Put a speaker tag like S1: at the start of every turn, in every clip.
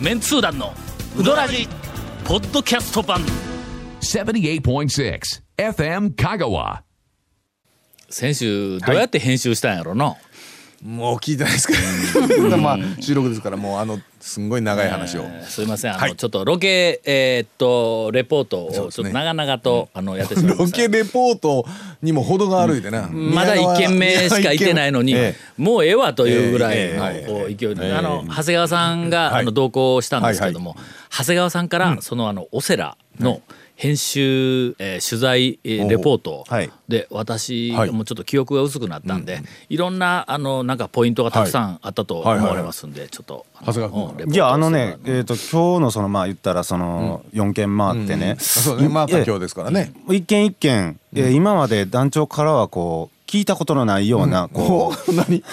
S1: メンツー団のウドラジポッドキャスト版
S2: 78.6 FM Kagawa.
S1: 先週どうやって編集したんやろな、
S3: もう聞いてないですけどまあ収録ですからもうあのすんごい長い話を、
S1: すいませんあの、
S3: はい
S1: ちょっとロケえーっとレポートをちょっと
S3: そうですね
S1: 長々と、あのやってしまいま
S3: ロ
S1: した
S3: ケレポートにも程があるいでな、
S1: まだ1軒目しか行ってないのに、
S3: え
S1: もうええわというぐらい
S3: ええ
S1: の
S3: はい
S1: こう勢いで、
S3: ええ
S1: あの長谷川さんが、
S3: は
S1: あ
S3: い
S1: の同行したんですけども、長谷川さんから、そのあのオセラの編集、えー取材、えー
S3: ほうほう
S1: レポート
S3: はい
S1: で私、
S3: はい
S1: もうちょっと記憶が薄くなったんで、い、ろんなあのなんかポイントがたくさんあったと思
S3: はいはいはい
S1: われますんで、ちょっと
S3: 長谷川君
S1: うんレポートを
S4: いやあのねえっ、と今日のそのまあ言ったらその4件回ってね、
S3: あそうねまあ
S4: いや
S3: 今日ですからね
S4: 一件一件、えー今まで団長からはこう聞いたことのないようなこ
S3: こう何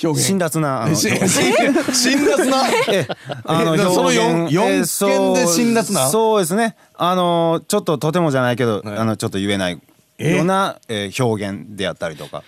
S3: 表
S4: う
S3: 現
S4: 辛辣なあの
S3: し辛辣な
S4: えあの
S3: え
S4: 表現
S3: その四四
S4: えーそう
S3: 件で辛辣な
S4: そうですねあのちょっととてもじゃないけど、あのちょっと言えないような、えー表現であったりとか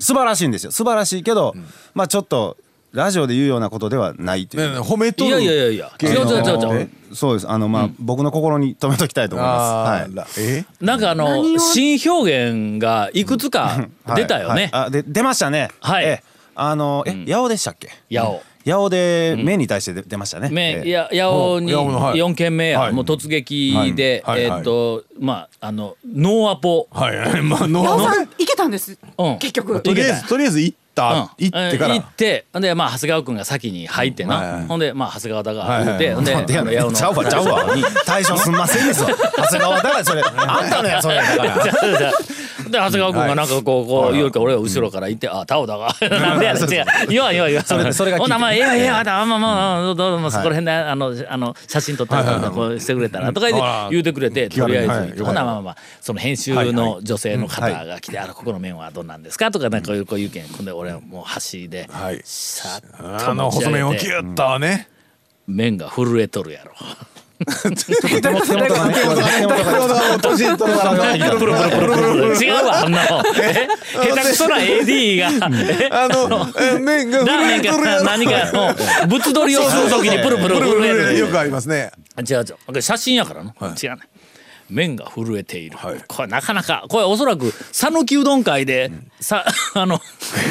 S4: 素晴らしいんですよ素晴らしいけど、まあちょっとラジオで言うようなことではないという
S3: ねえねえ褒めと
S1: い
S3: る
S1: やいやいやいや違う
S3: 芸
S1: 違
S3: 能
S1: う違う違う
S3: え
S4: そうですあのまあ、僕の心に留めときたいと思います
S3: あ
S4: はい
S3: ーらえ
S1: なんかあの新表現がいくつか
S4: はい
S1: 出たよね。
S4: はいあで出ましたね
S1: はい
S4: ええあのえ、八尾でしたっけ
S1: 八尾
S4: 八尾で目に対して出出ましたね、
S1: め
S4: ええ
S1: や八尾に
S3: お八尾のはい
S1: 4軒目や、
S3: はい
S1: もう突撃で、
S3: はい
S1: え
S3: は
S1: ー
S3: い
S1: っ、とまああのノーアポ、
S3: はいはいまあの
S5: 八尾さん
S3: の
S5: 行けたんです、
S1: うん
S5: 結局
S3: とりあえずとりあえず行っ
S1: うん
S3: た行ってか
S1: えー行
S3: ら
S1: ってほんでまあ長谷川君が先に入ってな、
S3: はいはい
S1: ほんでまあ長谷川だが言うて、
S3: はいはい
S1: ほんで
S4: でや
S1: あの
S4: ね
S1: 八尾の
S4: ちゃうわちゃうわ対象すんませんですわ長谷川だからそれあんたのやそれだから
S1: で長谷川君がなんかこうこう言うから俺が後ろから行って「あタオだが」なんでやねん違う言わん言わん言わん
S4: それそれが聞い
S1: ほ
S4: て
S1: んならまあええやええやあまあまあまあどうぞもうそこら辺であのあの写真撮ったりとかこうしてくれたらとか言って
S3: あー
S1: 言うてくれて
S3: 気
S1: と
S3: 軽
S1: りあ
S3: に
S1: え
S3: はい
S1: ず
S3: よ
S1: ほん
S3: かっ
S1: な
S3: た
S1: らまあまあその編集の女性の方が来て「あらここの面はどんなんですか?」とかなんかこういうこういう意見ほんで俺はもう端で
S3: はい
S1: さっと
S3: あの
S1: 持ち
S3: 細麺
S1: 上
S3: を
S1: げ
S3: ギ
S1: て
S3: ュッとね
S1: 麺が震えとるやろ。
S4: 手元がね手元がね手元がね
S3: 閉じとる
S1: 違うわあんなもん。え下手くそな AD が。え
S3: あのえ麺が
S1: ラー
S3: 震
S1: メ
S3: え
S1: ン
S3: とる
S1: か
S3: やろ
S1: 何かの物撮りをするときにプルプル
S3: ブルブ
S1: 震
S3: ル
S1: え
S3: ブルよ
S1: る。
S3: くありますね
S1: 違う違う。これ写真やからな。違うね。麺が震えている。これなかなかこれおそらく讃岐うどん会でさあの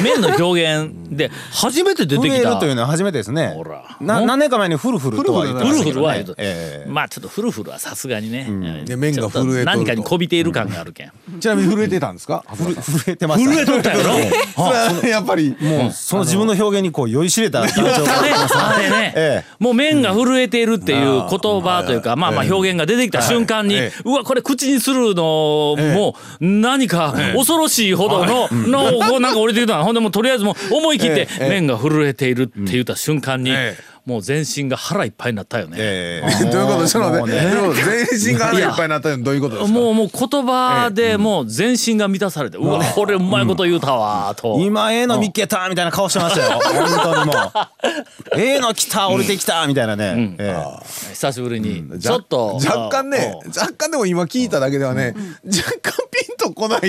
S1: 麺の表現で初めて出て
S4: 震
S1: き
S4: える
S1: た
S4: と。いうのは初めてですね
S1: ほら
S4: な何年か前にフルフルとは言って
S1: フ
S4: ま
S1: ルフ
S4: したけ
S1: ル
S4: ど
S1: は
S4: ね
S1: 言うと
S4: ええ
S1: まあちょっとフルフルはさすがにね、うん
S3: で麺が震えとると
S1: ちょっと何かにこびている感があるけん
S3: ちなみに震えてたんですか
S4: ふる震えてましたね
S1: だよ
S3: それはやっぱり もう
S4: その自分の表現にこう酔いしれた団長が
S1: ね、あれね、
S4: ええ
S1: もう麺が震えているっていう言葉というか、まあまあ表現が出てきた瞬間に、
S3: ええ
S1: うわ、これ口にするのも、何か恐ろしいほどの、の、こうなんか降りてきたのほんでもうとりあえずもう思い切って、麺が震えているって言った瞬間に
S3: ええ、
S1: もう全身が腹いっぱいになったよね。
S4: ええ
S3: どういうことその
S4: もう
S3: ねでも全身が腹いっぱいになったのどういうことですか
S1: もうもう言葉でもう全身が満たされて、うわ、これうまいこと言うたわ、と。
S4: 今ええの見っけたみたいな顔してましたよ本当にもうええの来た降りてきたみたいなね、ええ
S1: 久しぶりに、ちょっと。
S3: 若干ね
S1: うん
S3: 若干でも今聞いただけではね若干ピンとこない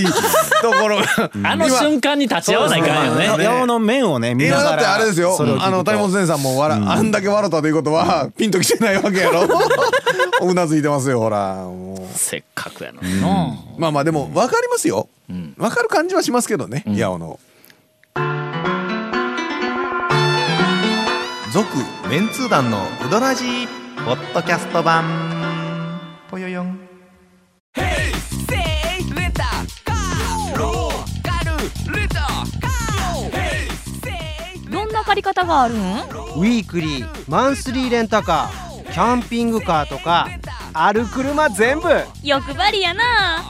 S3: ところが
S1: あの
S3: 今
S1: 瞬間に立ち会わないかんよね。
S4: 八尾の面をね見
S3: い
S4: な
S3: や
S4: が
S3: だって
S4: ら
S3: あれですよ
S4: それを聞くと
S3: あの谷本先生さんもわらあんだけ笑ったということはピンときてないわけやろうなずいてますよほらもう
S1: せっかくやのにな
S3: まあまあでも分かりますよ分かる感じはしますけどね八尾の
S6: 続メンツー団のウドラジーポッドキャスト版ぽよよん
S7: どんな借り方があるん
S8: ウィークリーマンスリーレンタカーキャンピングカーとかある車全部
S7: 欲張りやな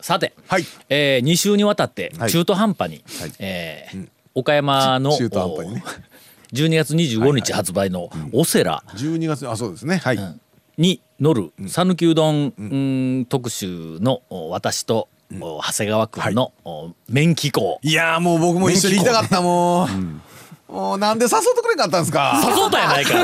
S1: さて、
S3: はい
S1: え2週にわたって
S3: はい
S1: 中途半端に、えー岡山の
S3: 中途半端 にね
S1: お12月25日発売の「オセラ
S3: 12月あそうですねはい」
S1: に乗る讃岐うどん、うん特集のお私と、お長谷川君の、お免許校
S3: いやーもう僕も一緒に行きたかったもう、もうなんで誘ってくれんかったんですか
S1: 誘ったやない か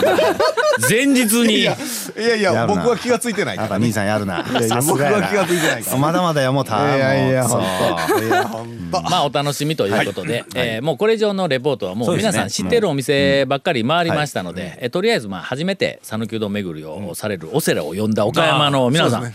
S1: 前日
S3: い
S1: に
S3: やいやい
S4: や
S3: や
S4: るな
S3: 僕は気がついてない
S4: や
S3: か
S4: っぱ
S3: ら
S4: 兄
S3: ね
S4: さんやるな。
S3: いや
S4: さすがやな
S3: 僕は気が付いてないから
S4: まだまだやもうた。
S3: いやいや
S4: もう
S3: 本
S4: そう
S3: 当いや本当
S1: まあお楽しみということで、えーもうこれ以上のレポートはもう皆さん知ってるお店ばっかり回りましたので、えーとりあえずまあ初めて讃岐うどん巡りをされるオセラを呼んだ岡山の皆さん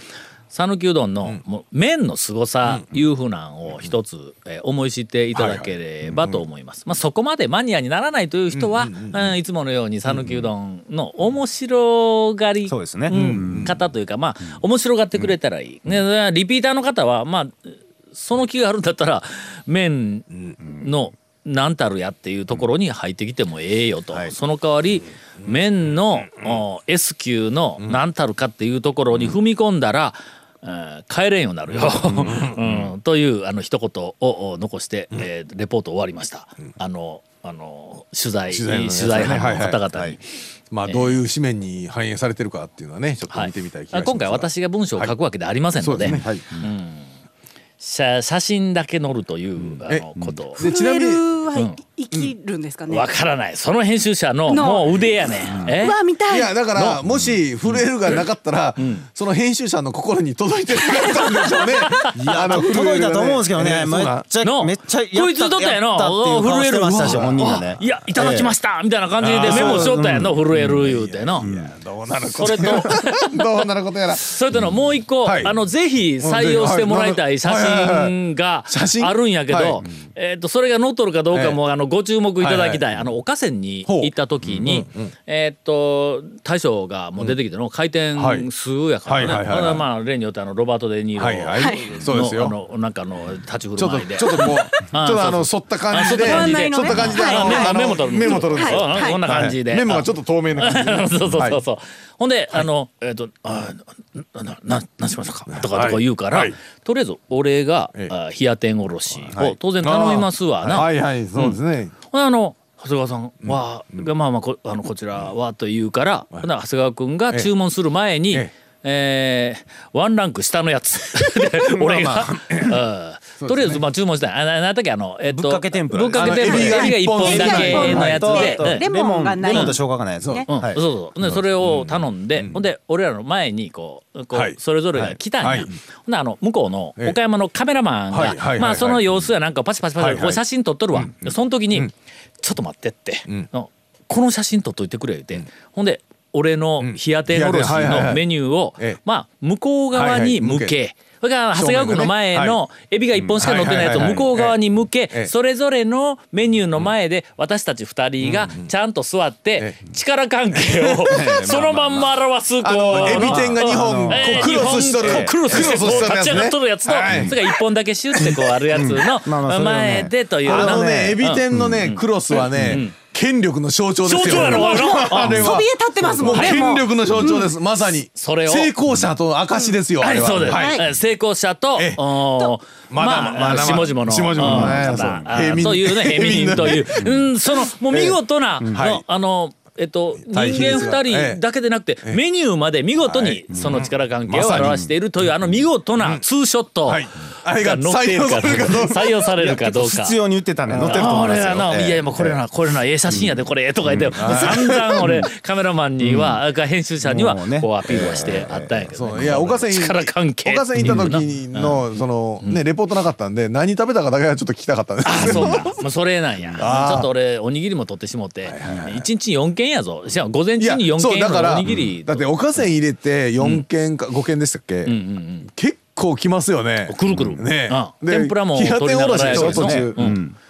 S1: 讃岐うどんのもう麺の凄さいうふうなんを一つえー思い知っていただければと思います。まあそこまでマニアにならないという人はうんいつものように讃岐うどんの面白がり
S4: そうですね
S1: うん方というかまあ面白がってくれたらいい。ねリピーターの方はまあその気があるんだったら麺の何たるやっていうところに入ってきてもええよと、その代わり麺の、お S 級の何たるかっていうところに踏み込んだら、えー帰れんようになるよ、 うんというあの一言をお残して、えーレポート終わりました。あのあの取材取
S3: 取
S1: 材,、
S3: 材のやつね
S1: 班の方々に、
S3: はいはいはいまあどういう紙面に反映されてるかっていうのはねちょっと
S1: はい
S3: 見てみたい気がしますが
S1: 今回私が文章を書くわけではありません
S3: そ
S1: の
S3: う
S1: で,、
S3: ですねはい
S1: 写写真だけ載るというあのことを。
S3: でちなみに
S5: ルはい生きるんですかね。
S1: わからないその編集者の
S5: の
S1: もう腕やねんえ
S5: うわ見た
S3: い
S5: い。
S3: やだからもし震えるがなかったら、その編集者の心に届いてなかったんでしょうね。いや
S4: 届いたと思うんですけどね。めっ
S3: ま
S4: ち
S1: の
S4: ゃめっちゃやった
S1: こいつとったやの
S4: やったっていう顔してましたし
S1: うわ
S4: 本人がね。
S1: いやいただきました、みたいな感じでメモしよったやんの震える言うての、
S3: どうなる
S1: それと
S3: どうなることやら。
S1: それとのもう一個、
S3: はい
S1: あのぜひ採用してもらいたい写真が
S3: 写真
S1: あるんやけど、
S3: はい
S1: えっとそれが載っとるかどうかも、あのご注目いただきたい、あの岡線に
S3: ほう
S1: 行った時に、えっと大将がもう出てきての回転
S3: はい
S1: 数やからね、
S3: はいはいはいはい
S1: ほんでまあ例によってあのロバート・デ・ニーロ
S3: はいはいはいそうですよ
S1: のあのなんかあの立ち振
S3: ちょ
S1: る
S3: っと
S1: 舞いで
S3: ちょっとこうちょ
S1: あ
S3: っとあの沿った感じで
S1: あ
S3: 沿
S1: そ
S3: っ
S1: んな
S5: 感じで
S3: た感じであの
S1: はい
S3: あの
S1: メモ取る
S3: メモ取るんですよ。
S1: そうこんな感じで、
S3: はいメモがちょっと透明な感じ で。
S1: そうそうそう
S3: は
S1: そう、ほんで、あのえっ、と「あななななんしましたか?」とかとか言うから、
S3: はい
S1: とりあえず俺が、
S3: ええ
S1: あ冷や天おろし
S3: は
S1: を
S3: い
S1: 当然頼みますわな。
S3: はいはいそうですね。
S1: ほんであの長谷川さんは、がまあまあこあのこちらはと言うから、ほんで長谷川君が注文する前に、え
S3: ええ
S1: ーワンランク下のや つで俺が、うんとりあえずまあ注文したいあななんだっけあのえっと
S4: ぶっかけ天ぷら
S1: ぶっかけ天ぷら
S3: あのエビが
S1: エビが一本だけのやつで、うん
S5: レモンがない
S4: レモンと生姜がないやつ。
S5: ね
S1: うん
S4: はい
S1: そうそうでそれを頼んで、ほんで俺らの前にこうこう、
S3: はい
S1: それぞれが来たんや、
S3: はい
S1: ほんであの向こうの
S3: ええ
S1: 岡山のカメラマンが、
S3: はいはいはい
S1: ま
S3: は
S1: あ
S3: い
S1: その様子やなんかパチパチパチ、
S3: はいはい
S1: こう写真撮っとるわ、でその時に、ちょっと待って」って、のこの写真撮っといてくれ」言うて、ほんで俺の冷や天おろし
S3: うん冷や天はいはいは
S1: の
S3: い
S1: メニューを、
S3: ええ
S1: まあ向こう側に向け、
S3: はいは
S1: それから長谷川君の前
S3: 正面の
S1: のエビが1本しか乗ってないやつを向こう側に向
S3: え
S1: け
S3: え
S1: それぞれのメニューの前で私たち2人がちゃんと座って
S3: え
S1: 力関 係をそのまんま表すこ
S3: あ
S1: う
S3: のエビ天が二本こ
S1: えー
S3: うクロスしとる
S1: 日本こうクロスしてこう立ち上がっとるやつと
S3: はい
S1: それが1本だけシュッてこうあるやつ
S4: まあまあそ
S1: の
S4: れはね
S1: 前でという
S3: あ
S1: な
S3: のね、エビ天のね、クロスはね、権力の象徴ですよ。
S1: 象徴やろあれは
S3: あれは
S5: そびえ立ってますもんね。も
S3: 権
S5: う
S3: 力の象徴です。まさに。
S1: それを
S3: 成功者と証ですよ。あ
S1: はい、
S3: れは
S1: そうです、
S3: はい
S1: えー成功者と
S3: ええ、
S1: おー
S3: まだま
S1: まあ、
S3: だ
S1: 下々の、
S3: 下々の
S1: うん
S3: ね
S1: 方
S3: そう
S1: あ
S3: 平
S1: ー
S3: 民
S1: というね、平民という、うん、その、もう見事な、
S3: はい
S1: のあの、えっと、人
S3: 対比で
S1: 間
S3: すが
S1: 二人だけでなくて、メニューまで見事に、その力関係を表しているという、あの見事なツーショット
S3: はいあれ
S1: が
S3: が
S1: 載っているかどうか、採用されるかどうか。
S4: 必要に言ってたね。乗ってると思いますよ。
S1: あ俺らな、いやい
S4: え
S1: やもうこれなこれなええ写真やでこれとか言って、散々俺カメラマンには、か編集者には
S4: もうね
S1: こうアピールはしてあったんやけどね、
S3: そういや、岡瀬に、
S1: 力関係
S3: 岡瀬に行った時の、その、ね、レポートなかったんで、何食べたかだけはちょっと聞きたかったんです。
S1: あそうか、まあ、それなんや
S3: あー
S1: ちょっと俺おにぎりも取ってしもって一日4件やぞしかも午前
S3: い
S1: 中に4
S3: そう、
S1: 件
S3: だか
S1: のお
S3: ら
S1: にぎり、
S3: だって、岡瀬入れて4件か5件でしたっけ結構来ますよね。
S1: くるくる、
S3: ね
S1: うん
S3: で
S1: 天ぷらも取りながらやけど
S3: 冷や天おろしでしょ途中
S1: う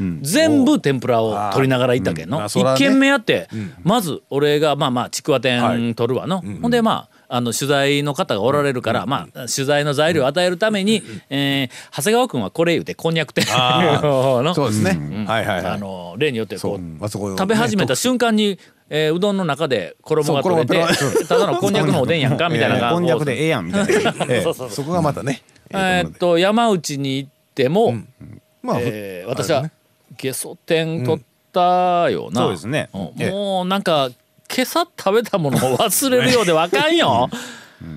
S1: ん全部天ぷらを取りながら行ったけん
S3: あーうん
S1: の
S3: あそら
S1: 一
S3: ね
S1: 軒目やってまず俺がまあまあちくわ
S3: は
S1: 天
S3: い
S1: 取るわのほんでまああの取材の方がおられるからまあ取材の材料を与えるためにえー長谷川君はこれ言うてこんにゃく天 の
S3: そうですね。はいはいは
S1: あ
S3: い。
S1: の例によってこう
S3: そうあそこのね
S1: 食べ始めた瞬間に、えーうどんの中で衣が取れて
S3: そう
S1: ただのこんにゃくのおでんやんかみたいな
S4: え
S1: が
S4: こんにゃくでええやんみた いな。ええ
S1: そうそうそう
S3: そこがまたね。
S1: えーっと山内に行っても、
S3: まあ、
S1: えー
S3: あれ
S1: 私
S3: だ
S1: は
S3: ね
S1: ゲソ天取ったよな、
S4: そうですね
S1: ん
S4: ええ
S1: もうなんか今朝食べたものを忘れるようでわかんよ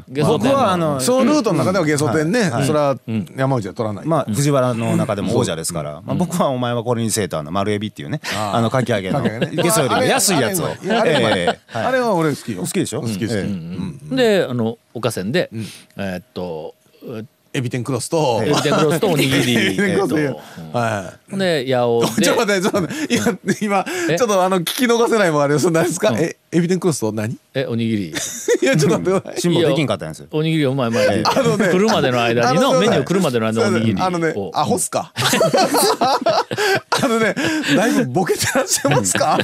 S1: ゲソ
S4: 僕
S1: 天
S4: はあの
S3: そのルートの中ではゲソ天ね、それは山内は取らない、
S4: まあ、藤原の中でも王者ですから、まあ、僕はお前はこれにせえとあの丸エビっていうね、あのかき揚 げの
S3: かき揚げね
S4: ゲソよりも安いやつを、
S3: あれは
S4: ええ
S3: あれは俺好きよ
S4: 好きでしょ
S3: 好き好き、
S4: ええ
S1: であの岡線で、えーっと
S3: エビ天クロスと、
S1: エビ天クロスとおにぎり
S3: エビ天クロスと
S1: えーっ
S3: はい
S1: とで八尾で
S3: ちょっと待って、ちょっと待って、今、
S1: え
S3: 今、ちょっとあの、聞き逃せないもんあれよ、それ何ですか、え、エビ天クロスと何い
S1: えおにぎり
S3: や、ちょっと待って、
S4: 辛抱できんかったんですよ
S1: おにぎりお前前で
S3: あのね
S1: 来るまでの間に
S3: あ
S1: の
S3: の
S1: メニュー来るまでの間のおにぎり
S3: あのね
S1: を、
S3: アホっすか。 あのね、だいぶボケてらっしゃいますか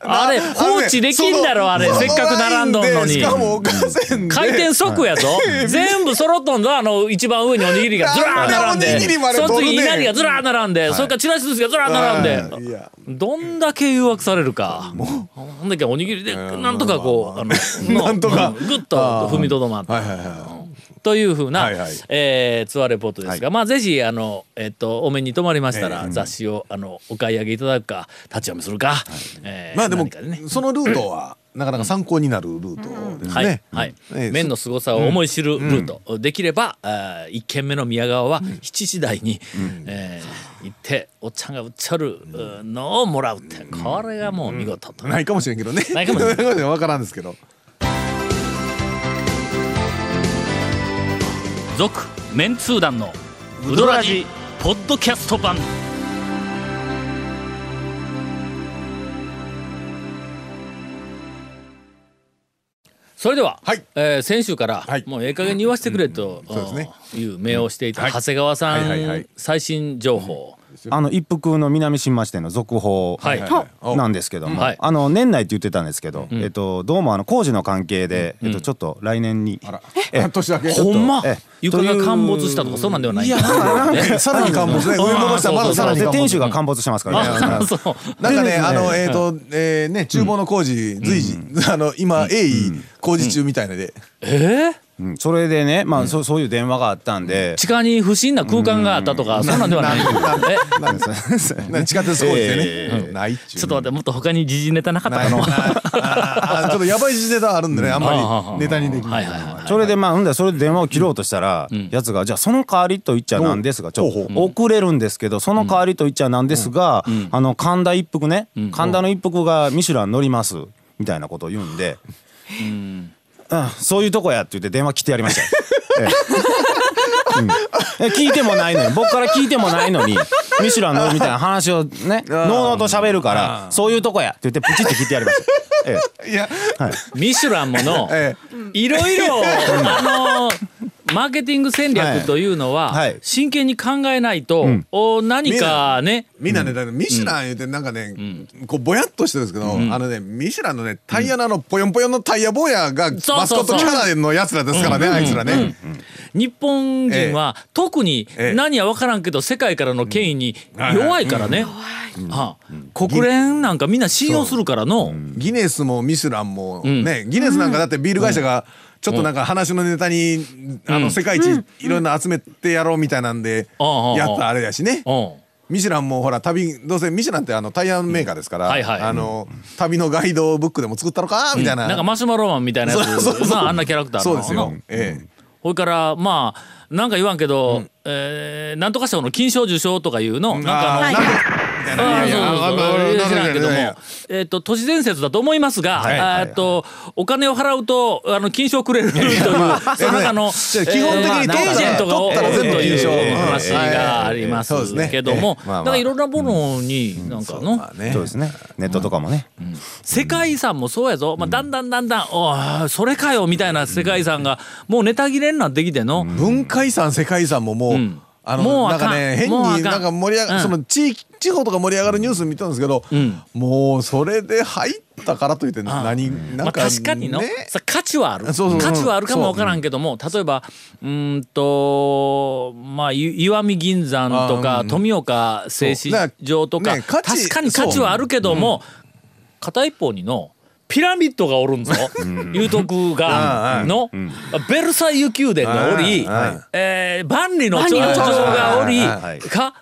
S1: あれ放置できんだろあれ
S3: その
S1: せっかく並んどんのに
S3: そラインでしかもおかせんで。
S1: 回転速やぞ全部揃っとんぞあの一番上におにぎりがずらー並ん
S3: あれお
S1: で
S3: にぎりまで
S1: その
S3: 取る
S1: 次
S3: ね
S1: いなりがずらー並んでそれからちらし寿司がずらー並
S3: はい
S1: ん
S3: い
S1: で
S3: や
S1: どんだけ誘惑されるかなんだっけおにぎりでなんとかこうあの
S3: なんとか
S1: うんグッと踏みとどまって
S3: はいはいは
S1: というふうな、
S3: はいはい
S1: えーツアーレポートですが、まあぜひあの、えっとお目に留まりましたら、雑誌をあのお買い上げいただくか立ち読みするか、え
S3: い。
S1: ー
S3: まあでも
S1: 何かね、
S3: そのルートは、なかなか参考になるルートです
S1: はい、
S3: ね。
S1: はい
S3: ええ
S1: 麺の凄さを思い知るルート、できればあー一軒目の宮川は7時台に、えー行っておっちゃんが売っちゃるうんのをもらうってこれがもう見事と、
S3: ないかもしれんけどね。
S1: ないかもしれん
S3: わからんですけど。
S1: 続メンツー団のウドラジポッドキャスト版それでは、
S3: はい
S1: えー先週から、
S3: はい
S1: もうええ加減に言わせてくれと、
S3: うんうんそうです
S1: いう目をしていた、
S3: はい
S1: 長谷川さん、
S3: はいはいはい
S1: 最新情報、
S4: あの一服の南新町店の続報
S1: はい
S4: なんですけども、
S1: はい
S4: あの年内って言ってたんですけど、えっとどうもあの工事の関係で、えっとちょっと来年に、
S3: あら
S4: ええ、
S3: 年明け。
S1: ほんま
S4: ええ
S1: 床が陥没したとかそうなんではないんだね
S3: さらに陥没ね。上伸ばしたらまださらに陥没。
S4: 店主が陥没してますからね。
S1: あそう
S3: なんかね、
S4: でですね
S3: あの、えっ、と、えーね、厨房の工事、随時、あの、今、鋭意、工事中みたいので、
S4: うんそれでね、まあ、そそういう電話があったんで。
S1: 地下に不審な空間があったとか、そうなんではないえ
S3: なんか ね地下鉄工事でね、うんないっちゅう。
S1: ちょっと待ってもっと他に時事ネタなかった
S3: ない
S1: か
S3: な
S1: な
S3: ああちょっとやばい時代があるんでね、あん
S1: あああ
S3: ま
S1: あ
S3: りネタにでき
S1: は
S3: ないい。
S1: はいはい
S4: それでまあ、うんだそれで電話を切ろうとしたら、やつが「じゃあその代わりと言っちゃなんですがちょっと遅れるんですけどその代わりと言っちゃなんですが、あの神田一服ね、神田の一服が「ミシュラン乗ります」みたいなことを言うんで「うん、そういうとこや」って言って電話切ってやりま したよ。ええうんえ聞いてもないのに僕から聞いてもないのに「ミシュラン乗る」みたいな話をねのうのうと喋るから「そういうとこや」って言ってプチって切ってやりましたよ。ええ
S3: いや、
S1: ミシュランもの
S3: え
S1: いろいろあのマーケティング戦略というのは
S4: はいはい
S1: 真剣に考えないとお何かね
S3: みんなね、だからミシュラン言うて、なんかね、こう、ぼやっとしてるんですけど、あのね、ミシュランのね、タイヤのあの、ぽよんぽよんのタイヤ坊やが、マス
S1: そう
S3: コ
S1: そう
S3: ットキャラのやつらですからね、あいつらね。
S1: 日本人は特に
S3: ええ
S1: 何や分からんけど世界からの権威に弱いからねあ国連なんかみんな信用するからの
S3: ギネスもミシュランもね、ギネスなんかだってビール会社がちょっとなんか話のネタに、あの世界一いろんな集めてやろうみたいなんで
S1: うん
S3: やったあれやしね。
S1: うん
S3: ミシュランもほら旅どうせミシュランってあのタイヤメーカーですから、
S1: うんはいはい
S3: あの旅のガイドブックでも作ったのかみたいな。
S1: なんかマシュマロマンみたいなやつ
S3: そうそうそう
S1: なあんなキャラクター
S3: そ
S1: の
S3: うですよ。ええ
S1: ほいからまあなんか言わんけど、えーなんとか賞の金賞受賞とかいうのなんかあの
S3: あーなんみたい
S1: あ
S3: な
S1: ー
S3: いやいや
S1: そうそ
S3: あ
S1: うそう
S3: あ
S1: 俺知らんけども
S3: いやいや
S1: えっと都市伝説だと思いますが、
S3: いはいはい
S1: えっとお金を払うとあの金賞くれると いう その中の、
S3: じゃあ基本的に
S1: えーまあエージェントが
S3: 取ったら
S1: 多いという
S3: 取ったら全部金賞
S1: 話がありま
S3: はいはいはいそうです
S1: す
S3: ね
S1: けども、
S3: ええまあま
S1: だ
S3: あ
S1: からいろんなものになんかの、
S3: まあね
S4: そうですねネットとかもね、
S1: 世界遺産もそうやぞ、まあ、だんだんだんだん「おーそれかよ」みたいな世界遺産がもうネタ切れになってきての。
S3: 文化遺産世界遺産ももう、
S1: ん
S3: あの
S1: もうあ
S3: なん
S1: かん
S3: かね変
S1: もうあかん
S3: になんか盛り上が、
S1: うん
S3: その地域地方とか盛り上がるニュース見たんですけど、
S1: ん
S3: もうそれで入ったからといって何、な
S1: ま
S3: ん
S1: あ、
S3: か、ね
S1: 確かにの、さ価値はある
S3: そうそう
S1: 価値はあるかもわからんけども例えばうーんとまあい石見銀山と
S3: あ
S1: か
S3: ーうん
S1: 富岡製
S3: そ
S1: 糸
S3: うね
S1: 場とか、
S3: ね価
S1: 確
S3: 値
S1: かに価値はあるけども、片一方にのピラミッドがおるんぞ有徳がのベルサイユ宮殿がおり
S3: うんうん
S1: えー万里の長城がおり
S3: 万里の長
S1: か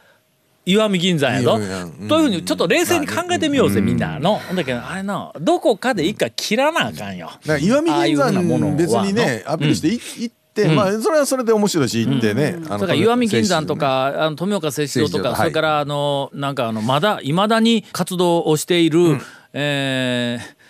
S1: 石見銀山やぞ
S3: いいよいいようん
S1: というふうにちょっと冷静に考えてみようぜみんなのほんだけどあれなどこかで一回切らなあかんよ
S3: だから岩見銀
S1: ああいうふうなものは
S3: 山別にねアピールしてい行ってまあそれはそれで面白いし行ってねあ
S1: だ
S3: の
S1: から岩見銀山とかあの富岡製糸場とか、
S3: 製糸場
S1: それからあのなんかあのまだいまだに活動をしている、えー
S5: はいはい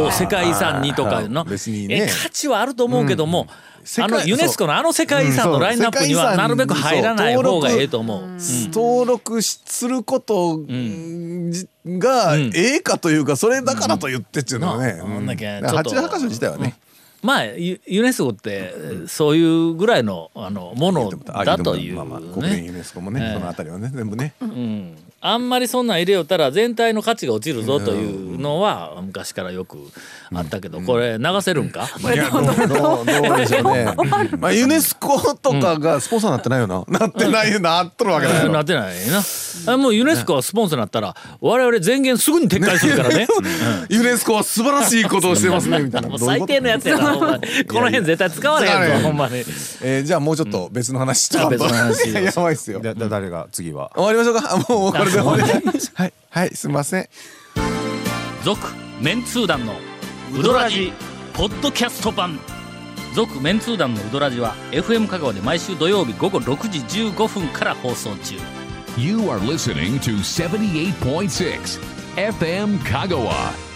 S1: を世界遺産にとかいうの
S3: あー別にね
S1: え価値はあると思うけども、
S3: 世
S1: あ
S3: 界
S1: のユネスコのあの世界遺産
S3: う
S1: の
S3: ん
S1: ラインナップには
S3: そう
S1: なるべく入らない方が
S3: 世界遺産にそう
S1: ええ
S3: 登録
S1: と思う。
S3: 登録しすることじが
S1: ん
S3: ええかというかそれだからと言ってっていうのはね
S1: うん
S3: うん
S1: な
S3: だ
S1: ん
S3: か
S1: からちょっと
S3: 八田博士自体はね
S1: まあユユネスコってそういうぐらいのあのものだという
S3: まあまあ国連
S1: ね
S3: ユネスコもねそのあたりはね全部ね
S1: あんまりそんなん入れよったら全体の価値が落ちるぞというのは昔からよくあったけどこれ流せるんか
S3: いやどうどうどうでしょうね まあユネスコとかがスポンサーなってないよななってないよなっとるわけだ
S1: な
S3: よ
S1: ってないなあもうユネスコはスポンサーになったら我々全言すぐに撤回するからね
S3: ユネスコは素晴らしいことをしてますね みたいな
S1: もう
S3: どういう
S1: 最
S3: こと
S1: 低のやつやなほんまにこの辺絶対使われ
S3: 使われ
S1: へ
S3: へ
S1: ん
S3: ん
S1: ぞほんまに
S3: えーじゃあもうちょっと別の話ちょっと
S1: 別の話
S3: いややばいっすよ
S4: だだ誰が次は
S3: 終わりましょうかあもうこれで終わりはいはいすいません
S1: 続メンツー団のウドラジポッドキャスト版続メンツー団のウドラジは FM 香川で毎週土曜日午後6時15分から放送中
S2: You are listening to 78.6 FM Kagawa.